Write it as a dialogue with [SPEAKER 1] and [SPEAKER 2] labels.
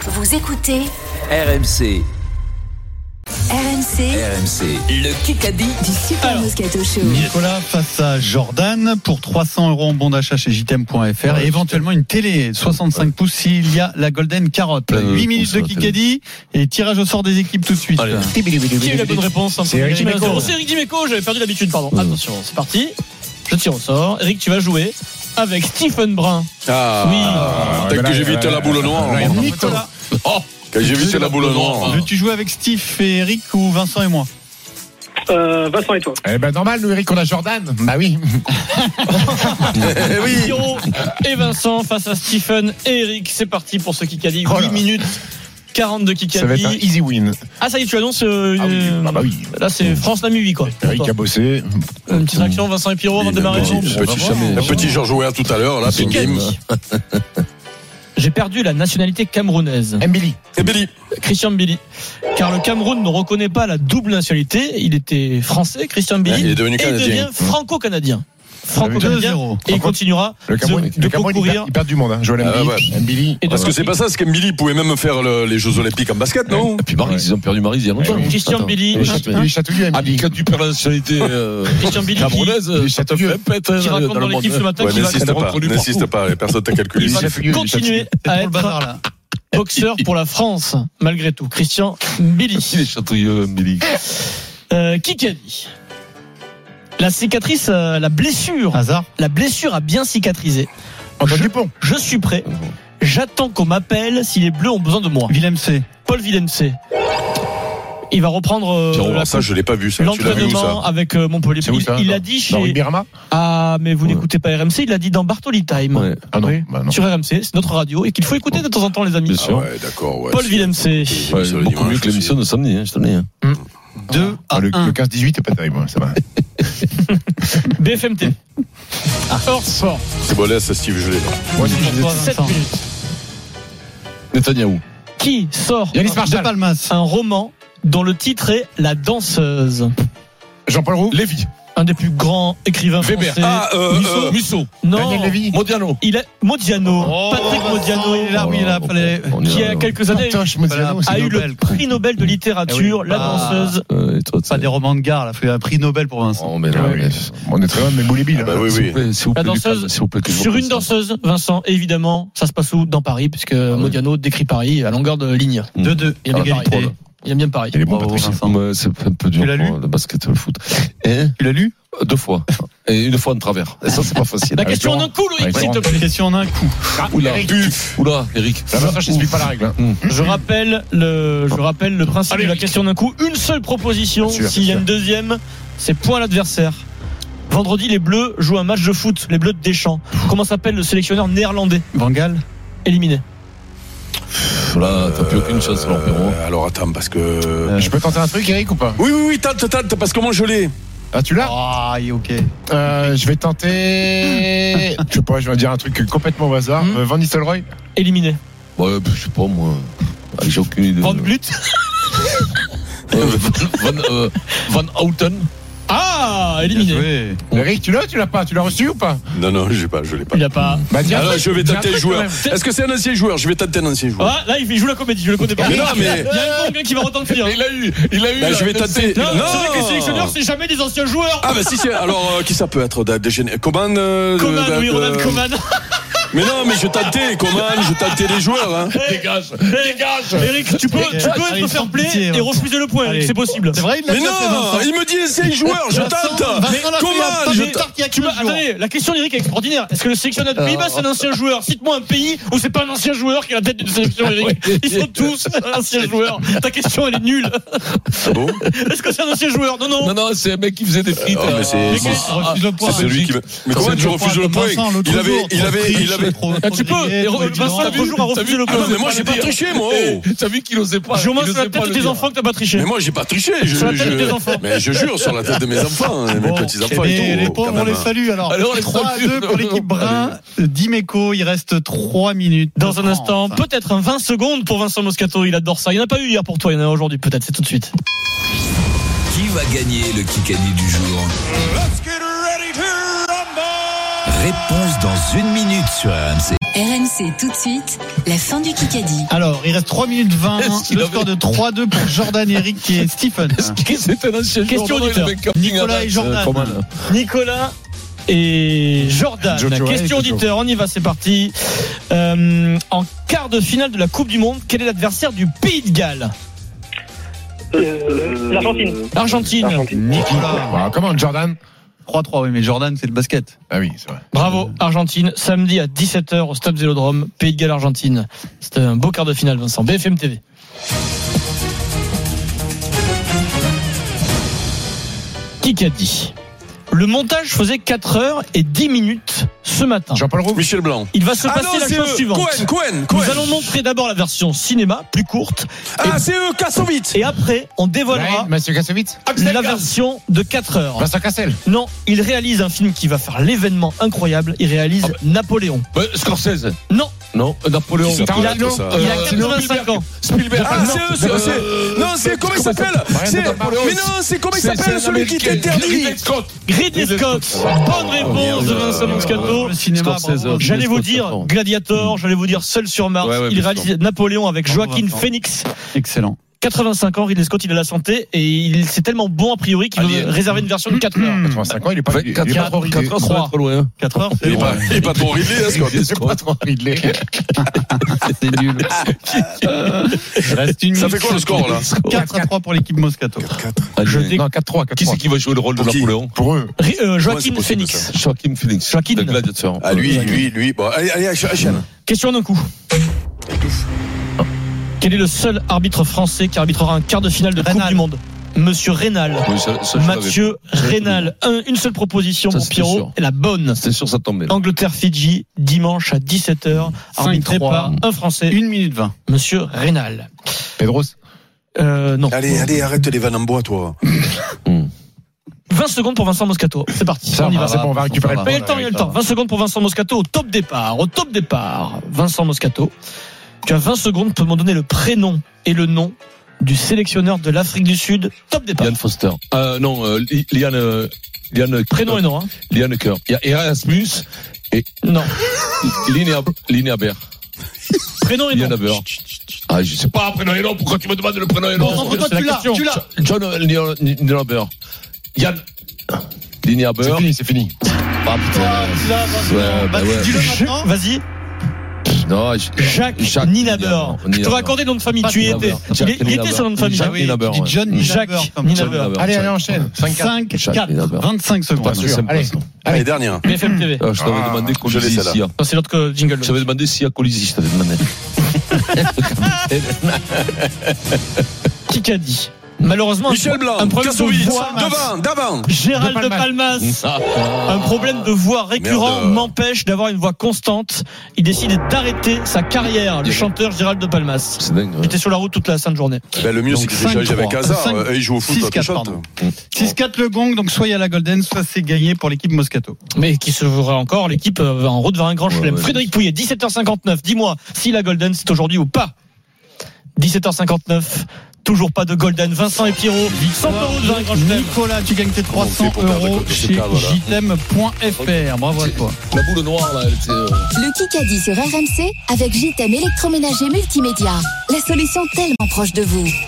[SPEAKER 1] Vous écoutez
[SPEAKER 2] RMC,
[SPEAKER 1] RMC
[SPEAKER 2] RMC, le Kikadi.
[SPEAKER 1] du Super
[SPEAKER 3] Alors.
[SPEAKER 1] Moscato Show.
[SPEAKER 3] Nicolas face à Jordan pour 300 euros en bon d'achat chez jtm.fr et éventuellement une télé 65 pouces s'il y a la Golden Carotte.
[SPEAKER 4] Euh,
[SPEAKER 3] 8 minutes
[SPEAKER 4] pour ça,
[SPEAKER 3] de
[SPEAKER 4] la
[SPEAKER 3] Kikadi et tirage au sort des équipes tout de suite.
[SPEAKER 4] Allez.
[SPEAKER 3] Qui a eu la bonne réponse
[SPEAKER 5] C'est Eric Dimeco. C'est Eric Dimeco, j'avais perdu l'habitude,
[SPEAKER 6] Hmm.
[SPEAKER 5] pardon. Attention, c'est parti. Je tire au sort. Eric, tu vas jouer avec Stephen Brun.
[SPEAKER 4] Ah,
[SPEAKER 5] Oui.
[SPEAKER 4] peut-être que j'évite la boule noire. moi.
[SPEAKER 3] Nicolas,
[SPEAKER 4] Oh, que j'évite la boule hein. noire.
[SPEAKER 3] veux-tu jouer avec Steve et Eric ou Vincent et moi
[SPEAKER 7] Euh, Vincent et toi.
[SPEAKER 6] Eh ben normal, nous Eric, on a Jordan. Bah oui.
[SPEAKER 5] Pierrot et Vincent face à Stephen et Eric. C'est parti pour ce Kikadi.
[SPEAKER 6] Oh là
[SPEAKER 5] 8
[SPEAKER 6] là.
[SPEAKER 5] minutes 42
[SPEAKER 6] Ça va être un
[SPEAKER 5] Kikadi.
[SPEAKER 6] easy win.
[SPEAKER 5] Ah, ça y est, tu annonces. euh,
[SPEAKER 6] Ah oui,
[SPEAKER 5] euh,
[SPEAKER 6] bah bah oui.
[SPEAKER 5] Là, c'est France-Namibie, quoi.
[SPEAKER 6] Eric a bossé.
[SPEAKER 5] Une petite réaction, Vincent et Pierrot, avant de démarrer.
[SPEAKER 4] Petit,
[SPEAKER 6] On va voir.
[SPEAKER 4] petit, un petit Georges Weah tout à l'heure, là, bim bim.
[SPEAKER 5] Kikadi. J'ai perdu la nationalité camerounaise.
[SPEAKER 6] Mbili.
[SPEAKER 4] Et Billy,
[SPEAKER 5] Christian Billy. Car le Cameroun ne reconnaît pas la double nationalité. Il était français, Christian
[SPEAKER 4] hein, il
[SPEAKER 5] Billy.
[SPEAKER 4] est devenu
[SPEAKER 5] et il devient
[SPEAKER 4] canadien. Mmh.
[SPEAKER 5] franco-canadien. Franco-canadien.
[SPEAKER 3] 2-0.
[SPEAKER 5] Et il continuera
[SPEAKER 6] Le Cameroun,
[SPEAKER 5] de, de
[SPEAKER 6] le Cameroun il,
[SPEAKER 5] concourir.
[SPEAKER 6] perd, il perd du monde. Hein. Joël
[SPEAKER 4] Ah
[SPEAKER 6] Mbili.
[SPEAKER 4] ouais.
[SPEAKER 6] Mbili.
[SPEAKER 5] Et de
[SPEAKER 4] Parce que c'est pas ça, c'est qu'Mbili pouvait même faire le- les Jeux Olympiques en basket, non
[SPEAKER 8] Et puis Maris, ils ont perdu Maris il y a longtemps.
[SPEAKER 6] Eh oui.
[SPEAKER 5] Christian
[SPEAKER 8] Attends.
[SPEAKER 5] Billy.
[SPEAKER 6] Il est chatouillé- il est chatouillé,
[SPEAKER 8] Ah, mais
[SPEAKER 6] Mbili.
[SPEAKER 8] quand tu perds la nationalité euh,
[SPEAKER 5] Christian Billy qui,
[SPEAKER 8] camerounaise,
[SPEAKER 6] il est
[SPEAKER 8] ça te
[SPEAKER 6] chatouilleux.
[SPEAKER 8] fait pète
[SPEAKER 5] qui
[SPEAKER 8] hein,
[SPEAKER 5] raconte dans
[SPEAKER 8] le monde.
[SPEAKER 5] l'équipe ce matin
[SPEAKER 4] Ouais,
[SPEAKER 5] qu'il va
[SPEAKER 4] n'hésite
[SPEAKER 8] qu'elle
[SPEAKER 4] pas,
[SPEAKER 8] rentre lui
[SPEAKER 4] n'hésite
[SPEAKER 8] partout.
[SPEAKER 4] pas, personne t'a calculé.
[SPEAKER 5] Il va
[SPEAKER 6] chatouilleux, il est
[SPEAKER 5] continuer
[SPEAKER 6] chatouilleux.
[SPEAKER 5] à
[SPEAKER 3] Pour le
[SPEAKER 5] être
[SPEAKER 3] bazar là.
[SPEAKER 5] boxeur pour la France, malgré tout. Christian Billy.
[SPEAKER 8] Il est chatouilleux, Billy.
[SPEAKER 5] Euh, qui qu'a dit La cicatrice, euh, la blessure.
[SPEAKER 3] Hasard.
[SPEAKER 5] La blessure a bien cicatrisé.
[SPEAKER 6] Antoine Dupont.
[SPEAKER 5] Je suis prêt.
[SPEAKER 4] Ah
[SPEAKER 5] J'attends qu'on m'appelle si les Bleus ont besoin de moi.
[SPEAKER 3] Willem C.
[SPEAKER 5] Paul Villemc. Il va reprendre euh,
[SPEAKER 4] Pierrot,
[SPEAKER 5] la-
[SPEAKER 4] ça, je l'ai pas vu, ça. Tu l'as vu, où,
[SPEAKER 5] l'entraînement
[SPEAKER 4] ça
[SPEAKER 5] avec euh, Montpellier.
[SPEAKER 6] C'est où, ça
[SPEAKER 5] il l'a
[SPEAKER 6] Dans-
[SPEAKER 5] dit
[SPEAKER 6] Dans
[SPEAKER 5] chez.
[SPEAKER 6] Rugby Rama
[SPEAKER 5] Ah, mais vous
[SPEAKER 8] Ouais.
[SPEAKER 5] n'écoutez pas RMC, il l'a dit dans Bartoli Time.
[SPEAKER 8] Ouais.
[SPEAKER 6] Ah non.
[SPEAKER 5] Oui.
[SPEAKER 6] Bah non.
[SPEAKER 5] Sur RMC, c'est notre radio et qu'il faut écouter de temps en temps, les amis.
[SPEAKER 8] Bien
[SPEAKER 4] Ah
[SPEAKER 8] sûr.
[SPEAKER 4] ouais, d'accord, ouais.
[SPEAKER 5] hein. Paul
[SPEAKER 4] c'est-
[SPEAKER 5] Villemc.
[SPEAKER 4] c'est-
[SPEAKER 8] Ouais,
[SPEAKER 4] c'est le
[SPEAKER 8] beaucoup
[SPEAKER 4] dimanche
[SPEAKER 8] mieux
[SPEAKER 4] aussi.
[SPEAKER 8] que l'émission de samedi, hein, je te le dis. hein.
[SPEAKER 3] 2
[SPEAKER 6] Ah,
[SPEAKER 3] à
[SPEAKER 6] le
[SPEAKER 3] 1.
[SPEAKER 6] le 15-18 est pas terrible. ouais, Ça va.
[SPEAKER 5] BFMT. Hors sort.
[SPEAKER 4] C'est bon, laisse à Steve Gelé.
[SPEAKER 6] Moi aussi, je les ai-
[SPEAKER 5] Pour toi, Vincent.
[SPEAKER 3] 7 minutes.
[SPEAKER 8] Netanyahou.
[SPEAKER 5] Qui sort
[SPEAKER 6] Yanis
[SPEAKER 3] De
[SPEAKER 6] Marshall.
[SPEAKER 3] Palmas.
[SPEAKER 5] un roman dont le titre est La danseuse
[SPEAKER 6] Jean-Paul Roux.
[SPEAKER 8] Lévy.
[SPEAKER 5] Un des plus grands écrivains
[SPEAKER 8] Weber.
[SPEAKER 5] français.
[SPEAKER 4] Ah, euh,
[SPEAKER 8] Musso.
[SPEAKER 4] euh,
[SPEAKER 8] Musso.
[SPEAKER 5] non,
[SPEAKER 6] Daniel Lévy.
[SPEAKER 8] Modiano.
[SPEAKER 5] il est Modiano.
[SPEAKER 3] Oh,
[SPEAKER 5] Patrick
[SPEAKER 3] Vincent,
[SPEAKER 5] Modiano,
[SPEAKER 3] il est là, oui, il
[SPEAKER 8] Oh,
[SPEAKER 3] a fallait.
[SPEAKER 8] On y
[SPEAKER 5] qui il y
[SPEAKER 8] va,
[SPEAKER 5] a
[SPEAKER 8] là.
[SPEAKER 5] quelques années
[SPEAKER 6] Tosh Modiano.
[SPEAKER 5] a
[SPEAKER 3] c'est
[SPEAKER 5] eu le
[SPEAKER 3] Nobel.
[SPEAKER 5] prix Nobel de littérature,
[SPEAKER 3] Eh oui,
[SPEAKER 5] La
[SPEAKER 3] bah,
[SPEAKER 5] danseuse.
[SPEAKER 8] Euh, et toi, tu
[SPEAKER 3] Pas
[SPEAKER 8] sais.
[SPEAKER 3] des romans de gare, là, faut un prix Nobel pour Vincent.
[SPEAKER 8] Oh, mais
[SPEAKER 6] Ah
[SPEAKER 8] non,
[SPEAKER 6] oui.
[SPEAKER 8] mais-
[SPEAKER 6] On est très loin, mais Boulibi.
[SPEAKER 4] Ah bah oui,
[SPEAKER 8] S'il vous
[SPEAKER 4] oui.
[SPEAKER 8] plaît, s'il vous
[SPEAKER 5] La
[SPEAKER 8] plaît, Lucas,
[SPEAKER 5] danseuse
[SPEAKER 8] s'il vous plaît, que je
[SPEAKER 5] Sur
[SPEAKER 8] vous
[SPEAKER 5] une
[SPEAKER 8] passe.
[SPEAKER 5] danseuse, Vincent, évidemment, ça se passe où Dans Paris, puisque Modiano décrit Paris à longueur de ligne.
[SPEAKER 3] 2-2.
[SPEAKER 5] Il aime bien
[SPEAKER 3] Égalité.
[SPEAKER 5] Paris. Il aime bien Paris.
[SPEAKER 6] Il est bon,
[SPEAKER 3] Bravo,
[SPEAKER 6] Patrick.
[SPEAKER 3] Vincent.
[SPEAKER 8] bah, Ouais, C'est un peu dur
[SPEAKER 3] l'as
[SPEAKER 8] pour
[SPEAKER 3] lu
[SPEAKER 8] le basket et le foot. Et
[SPEAKER 3] Tu l'as lu
[SPEAKER 8] deux fois. Et une fois en travers. Et ça, c'est pas facile.
[SPEAKER 5] La
[SPEAKER 6] Avec
[SPEAKER 5] question en
[SPEAKER 6] Laurent.
[SPEAKER 5] un coup, Loïc,
[SPEAKER 6] Avec
[SPEAKER 5] s'il te
[SPEAKER 6] Laurent.
[SPEAKER 5] plaît.
[SPEAKER 3] Question en un coup.
[SPEAKER 8] Oula,
[SPEAKER 4] Buff
[SPEAKER 8] oula, Eric.
[SPEAKER 6] Là, maintenant, je t'explique pas la règle. hein.
[SPEAKER 5] Je rappelle le, je rappelle le principe de la question d'un coup. Une seule proposition.
[SPEAKER 6] Bien sûr,
[SPEAKER 5] S'il y a
[SPEAKER 6] bien
[SPEAKER 5] une deuxième, c'est point à l'adversaire. Vendredi, les Bleus jouent un match de foot, les Bleus de Deschamps. Comment s'appelle le sélectionneur néerlandais
[SPEAKER 3] Van Gaal
[SPEAKER 5] éliminé
[SPEAKER 8] Pff, Là, t'as plus aucune chance, alors, Pierrot.
[SPEAKER 4] Euh, Alors attends, parce que.
[SPEAKER 6] Je peux tenter un truc, Eric, ou pas
[SPEAKER 4] Oui, oui, oui, tente, tente, parce que moi je l'ai.
[SPEAKER 6] Ah, tu l'as
[SPEAKER 3] Ah, il est ok.
[SPEAKER 6] Euh, je vais tenter. Je sais pas, je vais dire un truc complètement au hasard.
[SPEAKER 5] Hmm.
[SPEAKER 6] Euh, Van Nistelrooy
[SPEAKER 5] Éliminé.
[SPEAKER 8] Ouais, bah, je sais pas, moi. Ah, J'ai aucune idée.
[SPEAKER 5] Van Glut
[SPEAKER 8] Euh, Van, euh, Van Houten.
[SPEAKER 5] Ah, éliminé.
[SPEAKER 3] Bien joué.
[SPEAKER 6] Eric, tu l'as ou tu l'as pas Tu l'as reçu ou pas
[SPEAKER 4] Non, non, je l'ai pas, je l'ai pas.
[SPEAKER 5] Il a pas.
[SPEAKER 6] Bah, dis un
[SPEAKER 4] Alors
[SPEAKER 6] truc,
[SPEAKER 4] Ah, je vais
[SPEAKER 6] dis un
[SPEAKER 4] tenter le
[SPEAKER 6] truc, quand
[SPEAKER 4] joueur.
[SPEAKER 6] même.
[SPEAKER 4] Est-ce que c'est un ancien joueur Je vais tenter un ancien joueur.
[SPEAKER 5] Ah, là, il joue la comédie, je le connais pas.
[SPEAKER 4] Mais non, mais-
[SPEAKER 5] Ah, Il y a un bon gars qui va retentir.
[SPEAKER 8] Il a eu, il a eu.
[SPEAKER 4] Bah,
[SPEAKER 8] la-
[SPEAKER 4] je vais
[SPEAKER 8] la-
[SPEAKER 4] tenter.
[SPEAKER 5] Non, c'est vrai que les sélectionneurs, c'est jamais des anciens joueurs.
[SPEAKER 4] Ah bah si c'est alors euh, qui ça peut être Dégéné- Coman euh,
[SPEAKER 5] Coman,
[SPEAKER 4] de-
[SPEAKER 5] oui,
[SPEAKER 4] de-
[SPEAKER 5] Ronald Coman.
[SPEAKER 4] Mais non mais je tentais Coman je tentais les joueurs hein.
[SPEAKER 8] Dégage.
[SPEAKER 5] Dégage. Eric, tu peux, tu peux
[SPEAKER 3] Allez,
[SPEAKER 5] être
[SPEAKER 3] sans
[SPEAKER 5] fair play
[SPEAKER 3] pitié,
[SPEAKER 5] et
[SPEAKER 3] Vincent.
[SPEAKER 5] refuser le point, Eric,
[SPEAKER 3] Allez.
[SPEAKER 5] c'est possible.
[SPEAKER 3] C'est vrai, il l'a
[SPEAKER 4] Mais
[SPEAKER 3] déjà fait,
[SPEAKER 4] non
[SPEAKER 3] Vincent.
[SPEAKER 4] il me dit c'est joueur je tente
[SPEAKER 3] Vincent
[SPEAKER 4] Mais
[SPEAKER 3] l'a fait, il
[SPEAKER 5] hein,
[SPEAKER 4] Coman
[SPEAKER 3] a
[SPEAKER 4] je
[SPEAKER 3] pas
[SPEAKER 4] tente
[SPEAKER 3] tard qu'il y a
[SPEAKER 5] Tu
[SPEAKER 3] quinze
[SPEAKER 5] m'as-
[SPEAKER 3] jours.
[SPEAKER 5] attendez, la question d'Eric est extraordinaire. Est-ce que le sélectionneur de Pays-Bas, c'est un ancien joueur Cite-moi un pays où c'est pas un ancien joueur qui a la tête d'une sélection, Eric. Ils sont tous anciens joueurs. Ta question, elle est nulle.
[SPEAKER 4] Ah bon
[SPEAKER 5] Est-ce que c'est un ancien joueur Non, non.
[SPEAKER 8] Non, non, c'est un mec qui faisait des frites.
[SPEAKER 4] Oh, mais c'est-
[SPEAKER 8] euh,
[SPEAKER 4] c'est-
[SPEAKER 8] ah, ah,
[SPEAKER 3] refuse le point.
[SPEAKER 8] ah,
[SPEAKER 4] C'est lui qui me- Mais
[SPEAKER 3] C'est
[SPEAKER 4] comment tu
[SPEAKER 3] le
[SPEAKER 4] refuses
[SPEAKER 3] point
[SPEAKER 4] le
[SPEAKER 3] de
[SPEAKER 4] point
[SPEAKER 3] Vincent, l'autre
[SPEAKER 4] Il avait
[SPEAKER 3] jour,
[SPEAKER 4] il
[SPEAKER 3] trop
[SPEAKER 4] avait
[SPEAKER 3] triche,
[SPEAKER 4] il avait
[SPEAKER 3] trop-
[SPEAKER 5] Ah,
[SPEAKER 3] trop
[SPEAKER 5] tu peux.
[SPEAKER 3] délai,
[SPEAKER 5] Et
[SPEAKER 3] trop
[SPEAKER 5] Vincent
[SPEAKER 3] évident.
[SPEAKER 5] l'a
[SPEAKER 8] T'as vu
[SPEAKER 5] Bonjour, a
[SPEAKER 8] T'as
[SPEAKER 5] refusé
[SPEAKER 8] vu
[SPEAKER 5] le
[SPEAKER 8] Ah,
[SPEAKER 5] point.
[SPEAKER 4] mais moi, j'ai pas
[SPEAKER 8] le dire.
[SPEAKER 4] triché, moi,
[SPEAKER 8] Eh,
[SPEAKER 4] oh.
[SPEAKER 8] T'as vu qu'il osait pas.
[SPEAKER 5] Je
[SPEAKER 8] il
[SPEAKER 5] remonte sur
[SPEAKER 8] osait
[SPEAKER 5] la
[SPEAKER 8] pas
[SPEAKER 5] tête
[SPEAKER 8] le
[SPEAKER 5] des
[SPEAKER 8] dire.
[SPEAKER 5] enfants que t'as pas triché.
[SPEAKER 4] Mais moi j'ai pas triché je,
[SPEAKER 5] Sur la tête
[SPEAKER 4] je-
[SPEAKER 5] des enfants.
[SPEAKER 4] Mais je jure sur la tête de mes enfants hein, mes
[SPEAKER 3] Bon,
[SPEAKER 4] petits enfants
[SPEAKER 3] eh
[SPEAKER 4] et
[SPEAKER 3] bien,
[SPEAKER 4] tout,
[SPEAKER 3] les
[SPEAKER 4] quand
[SPEAKER 3] pauvres, on
[SPEAKER 4] même,
[SPEAKER 3] les
[SPEAKER 4] hein.
[SPEAKER 3] salue. Alors,
[SPEAKER 8] Alors, les
[SPEAKER 3] 3 à 2
[SPEAKER 8] salue.
[SPEAKER 3] pour l'équipe Brun. Dimeco, il reste 3 minutes. de
[SPEAKER 5] Dans un
[SPEAKER 3] France.
[SPEAKER 5] instant, peut-être un 20 secondes pour Vincent Moscato. Il adore ça. Il n'y en a pas eu hier pour toi, il y en a aujourd'hui. Peut-être, c'est tout de suite.
[SPEAKER 2] Qui va gagner le Kikadi du jour Réponse dans une minute sur RMC.
[SPEAKER 1] RMC tout de suite, la fin du Kikadi.
[SPEAKER 3] Alors, il reste 3 minutes 20.
[SPEAKER 8] Est-ce qu'il
[SPEAKER 3] Le
[SPEAKER 8] avait-
[SPEAKER 3] score de 3-2 pour Jordan, Eric et Stephen.
[SPEAKER 8] C'est un ancien
[SPEAKER 5] Question
[SPEAKER 8] joueur, non, il
[SPEAKER 5] auditeur.
[SPEAKER 8] avait camping
[SPEAKER 3] Nicolas
[SPEAKER 8] à
[SPEAKER 3] et
[SPEAKER 8] Dax,
[SPEAKER 3] Jordan.
[SPEAKER 8] euh, Coman.
[SPEAKER 5] Nicolas et Jordan.
[SPEAKER 6] Jojo, ouais,
[SPEAKER 5] Question
[SPEAKER 6] Jojo.
[SPEAKER 5] auditeur, on y va, c'est parti. Euh, en quart de finale de la Coupe du Monde, quel est l'adversaire du Pays de Galles
[SPEAKER 7] Euh, L'Argentine.
[SPEAKER 5] Argentine.
[SPEAKER 7] L'Argentine.
[SPEAKER 6] Voilà, comment Jordan
[SPEAKER 3] 3-3, oui, mais Jordan, c'est le basket.
[SPEAKER 6] Ah oui, c'est vrai.
[SPEAKER 5] Bravo, Argentine. Samedi à 17h au Stade Vélodrome, Pays de Galles, Argentine. C'était un beau quart de finale, Vincent. BFM TV. Qui qu'a dit Le montage faisait 4 heures et 10 minutes ce matin.
[SPEAKER 6] Jean-Paul Roux
[SPEAKER 4] Michel Blanc.
[SPEAKER 5] Il va se
[SPEAKER 4] Ah
[SPEAKER 5] passer
[SPEAKER 4] non,
[SPEAKER 5] la
[SPEAKER 4] c'est
[SPEAKER 5] chose
[SPEAKER 4] eux.
[SPEAKER 5] suivante.
[SPEAKER 4] Cohen, Cohen,
[SPEAKER 5] Nous
[SPEAKER 4] Cohen.
[SPEAKER 5] allons montrer d'abord la version cinéma, plus courte,
[SPEAKER 4] Ah, c'est eux, Kassovitz.
[SPEAKER 5] et après, on dévoilera
[SPEAKER 6] Lorraine, Monsieur Kassovitz
[SPEAKER 4] Axel
[SPEAKER 5] la
[SPEAKER 4] Kahn.
[SPEAKER 5] version de 4 heures.
[SPEAKER 6] Vincent Cassel
[SPEAKER 5] Non, il réalise un film qui va faire l'événement incroyable. Il réalise
[SPEAKER 4] Ah
[SPEAKER 5] Napoléon.
[SPEAKER 8] Bah, Scorsese.
[SPEAKER 5] Non,
[SPEAKER 8] Non, euh, Napoléon.
[SPEAKER 4] C'est
[SPEAKER 5] il a,
[SPEAKER 4] Tarantino, ça.
[SPEAKER 5] il a
[SPEAKER 8] Euh,
[SPEAKER 5] 85 ans.
[SPEAKER 8] Spielberg.
[SPEAKER 4] Ah, c'est eux, c'est eux, c'est
[SPEAKER 8] Euh,
[SPEAKER 4] Non, c'est comment il s'appelle
[SPEAKER 6] Brian
[SPEAKER 4] C'est-
[SPEAKER 6] De Palma.
[SPEAKER 4] Mais non, c'est comment il
[SPEAKER 8] c'est-
[SPEAKER 4] s'appelle
[SPEAKER 8] c'est
[SPEAKER 4] celui qui
[SPEAKER 8] l'Américain.
[SPEAKER 4] t'interdit
[SPEAKER 8] Ridley Scott.
[SPEAKER 5] Ridley Scott. Bonne réponse de Vincent Moscato.
[SPEAKER 3] Oh, Le cinéma,
[SPEAKER 8] Scorsese.
[SPEAKER 3] bravo.
[SPEAKER 5] J'allais vous
[SPEAKER 8] Ridley Scott,
[SPEAKER 5] dire
[SPEAKER 8] pardon.
[SPEAKER 5] Gladiator, j'allais vous dire Seul sur Mars.
[SPEAKER 8] Ouais, ouais,
[SPEAKER 5] il
[SPEAKER 8] bien
[SPEAKER 5] réalise Napoléon avec Joaquin
[SPEAKER 3] Vincent.
[SPEAKER 5] Phoenix.
[SPEAKER 3] Excellent.
[SPEAKER 5] 85 ans, Ridley Scott, il a la santé et il c'est tellement bon a priori qu'il veut
[SPEAKER 8] Alien.
[SPEAKER 5] réserver une version de 4 heures.
[SPEAKER 6] 85 ans, il est pas il est
[SPEAKER 8] 4
[SPEAKER 6] pas
[SPEAKER 8] heures,
[SPEAKER 6] trop
[SPEAKER 8] quatre
[SPEAKER 6] Ridley.
[SPEAKER 8] heures, ça va être loin.
[SPEAKER 3] 4 heures,
[SPEAKER 4] Il
[SPEAKER 3] c'est
[SPEAKER 4] est pas- il est pas trop ridé, hein, Scott.
[SPEAKER 8] Ridley
[SPEAKER 6] C'est pas
[SPEAKER 8] Scott.
[SPEAKER 6] trop Ridley.
[SPEAKER 8] Ah,
[SPEAKER 3] c'est nul. Reste une
[SPEAKER 4] Ça fait quoi le score là
[SPEAKER 3] 4 à 3 pour l'équipe Moscato.
[SPEAKER 5] Je dé-
[SPEAKER 6] Non, 4-3, 4-3.
[SPEAKER 8] Qui c'est Ah, qui va jouer le rôle de
[SPEAKER 4] Pour qui
[SPEAKER 8] Napoléon
[SPEAKER 6] Pour eux.
[SPEAKER 5] Ri- euh,
[SPEAKER 4] c'est
[SPEAKER 5] Joaquin
[SPEAKER 4] possible,
[SPEAKER 5] Phoenix.
[SPEAKER 4] ça.
[SPEAKER 8] Joaquin Phoenix.
[SPEAKER 5] Joaquin.
[SPEAKER 8] Le gladiateur.
[SPEAKER 4] Ah, lui, lui, lui. Bon, allez, allez, Hachan.
[SPEAKER 5] Question d'un coup. Quel est le seul arbitre français qui arbitrera un quart de finale de Coupe
[SPEAKER 3] Reynal.
[SPEAKER 5] du Monde Monsieur Rénal.
[SPEAKER 8] Oui, ça- ça, je l'avais.
[SPEAKER 5] Mathieu
[SPEAKER 8] je l'avais
[SPEAKER 5] Rénal. Un- une seule proposition
[SPEAKER 8] Ça,
[SPEAKER 5] pour
[SPEAKER 8] c'était
[SPEAKER 5] Pierrot,
[SPEAKER 8] sûr.
[SPEAKER 5] la bonne.
[SPEAKER 8] C'était sûr, ça tombait. là.
[SPEAKER 5] Angleterre-Fidji, dimanche à 17h, arbitré
[SPEAKER 3] 5-3.
[SPEAKER 5] par un Français,
[SPEAKER 3] 1 minute 20.
[SPEAKER 5] Monsieur Rénal.
[SPEAKER 6] Pedros.
[SPEAKER 5] Euh, non.
[SPEAKER 4] Allez, allez, arrête les vannes en bois, toi.
[SPEAKER 5] 20 secondes pour Vincent Moscato. C'est parti, on y va.
[SPEAKER 6] Ah, c'est bon, on va
[SPEAKER 5] Il
[SPEAKER 6] récupérer
[SPEAKER 5] y a le temps, il y a le temps. 20 secondes pour Vincent Moscato au top départ. Au top départ, Vincent Moscato. Tu as 20 secondes pour me donner le prénom et le nom du sélectionneur de l'Afrique du Sud. Top départ.
[SPEAKER 8] Liane Foster. Euh, non, euh, Li- Liane. euh, Liane.
[SPEAKER 5] Prénom et nom. Hein.
[SPEAKER 8] Liane Coeur. Il y a Erasmus,
[SPEAKER 5] Non.
[SPEAKER 8] Linéa, Linéa Baer.
[SPEAKER 5] Prénom et nom.
[SPEAKER 8] Liane Haber. Ah, je sais pas, prénom et nom, pourquoi tu me demandes le prénom et nom
[SPEAKER 5] Entre toi,
[SPEAKER 8] C'est la
[SPEAKER 5] tu l'as,
[SPEAKER 8] question.
[SPEAKER 5] tu l'as.
[SPEAKER 8] John euh, Lian- Linéa Baer. Yann. Linéa Baer.
[SPEAKER 6] C'est fini, c'est fini.
[SPEAKER 8] Ah putain. Ouais, bah ouais.
[SPEAKER 3] Dis-le maintenant.
[SPEAKER 5] Vas-y,
[SPEAKER 8] Non, je-
[SPEAKER 5] Jacques,
[SPEAKER 8] Jacques
[SPEAKER 5] Ninaber.
[SPEAKER 8] Ninaber.
[SPEAKER 5] Je te raccordais le nom de famille, tu y
[SPEAKER 8] Ninaber.
[SPEAKER 5] étais. Il-
[SPEAKER 8] Jacques
[SPEAKER 5] Il était
[SPEAKER 8] Ninaber.
[SPEAKER 5] sur le nom de famille.
[SPEAKER 8] Jacques
[SPEAKER 5] hein.
[SPEAKER 3] oui,
[SPEAKER 8] Ninaber,
[SPEAKER 3] tu dis
[SPEAKER 8] ouais.
[SPEAKER 3] John
[SPEAKER 5] Jacques
[SPEAKER 3] Ninaber, comme
[SPEAKER 5] Ninaber.
[SPEAKER 3] John
[SPEAKER 6] Allez, allez, enchaîne. 5-4.
[SPEAKER 3] 5,
[SPEAKER 8] Jacques
[SPEAKER 3] 4,
[SPEAKER 8] Ninaber.
[SPEAKER 3] 25
[SPEAKER 6] Pas
[SPEAKER 3] secondes.
[SPEAKER 6] sûr. Allez.
[SPEAKER 3] hein.
[SPEAKER 4] Allez, dernière.
[SPEAKER 5] BFM TV.
[SPEAKER 8] Ah, je t'avais
[SPEAKER 4] Ah,
[SPEAKER 8] demandé qu'on
[SPEAKER 4] je l'ai,
[SPEAKER 8] disait
[SPEAKER 4] celle-là.
[SPEAKER 8] si, hein.
[SPEAKER 5] Ça, C'est notre euh, jingle.
[SPEAKER 8] Je t'avais demandé si à Colisi, je t'avais demandé.
[SPEAKER 5] Qui qu'a dit Malheureusement,
[SPEAKER 4] Michel Blanc,
[SPEAKER 5] un problème de
[SPEAKER 4] Kassovitz,
[SPEAKER 5] voix.
[SPEAKER 4] devant, devant.
[SPEAKER 5] Gérald
[SPEAKER 6] De
[SPEAKER 5] de Palmas.
[SPEAKER 8] Mm.
[SPEAKER 5] Un problème de voix récurrent
[SPEAKER 4] Merde.
[SPEAKER 5] m'empêche d'avoir une voix constante. Il décide d'arrêter sa carrière, le chanteur Gérald de Palmas.
[SPEAKER 8] C'est dingue. hein. ouais.
[SPEAKER 5] J'étais sur la route toute la sainte journée.
[SPEAKER 4] Ben, le mieux, c'est
[SPEAKER 3] Donc,
[SPEAKER 4] qu'ils échangent
[SPEAKER 3] 5-3.
[SPEAKER 4] avec Hazard.
[SPEAKER 3] Cinq-
[SPEAKER 4] Euh, Ils jouent au foot, toi, tu
[SPEAKER 3] 6-4,
[SPEAKER 4] chantes.
[SPEAKER 3] pardon. 6-4 le gong, donc soit il y a la Golden, soit c'est gagné pour l'équipe Moscato.
[SPEAKER 5] Mais qui se jouera encore, l'équipe euh, va en route vers un grand chelem.
[SPEAKER 8] ouais.
[SPEAKER 5] Frédéric Pouillet, 17h59. Dis-moi si la Golden c'est aujourd'hui ou pas. 17h59. Toujours pas de Golden. Vincent et Pierrot, 100 euros de un grand chelem.
[SPEAKER 3] Nicolas, tu gagnes tes 300
[SPEAKER 4] Comment on fait pour perdre
[SPEAKER 3] euros
[SPEAKER 4] contre ce
[SPEAKER 3] chez
[SPEAKER 4] cadre, là
[SPEAKER 3] jtm.fr. Bravo à toi.
[SPEAKER 8] La boule noire, là, elle était. euh,
[SPEAKER 1] Le Kikadi sur RMC avec JTM électroménager multimédia. La solution tellement proche de vous.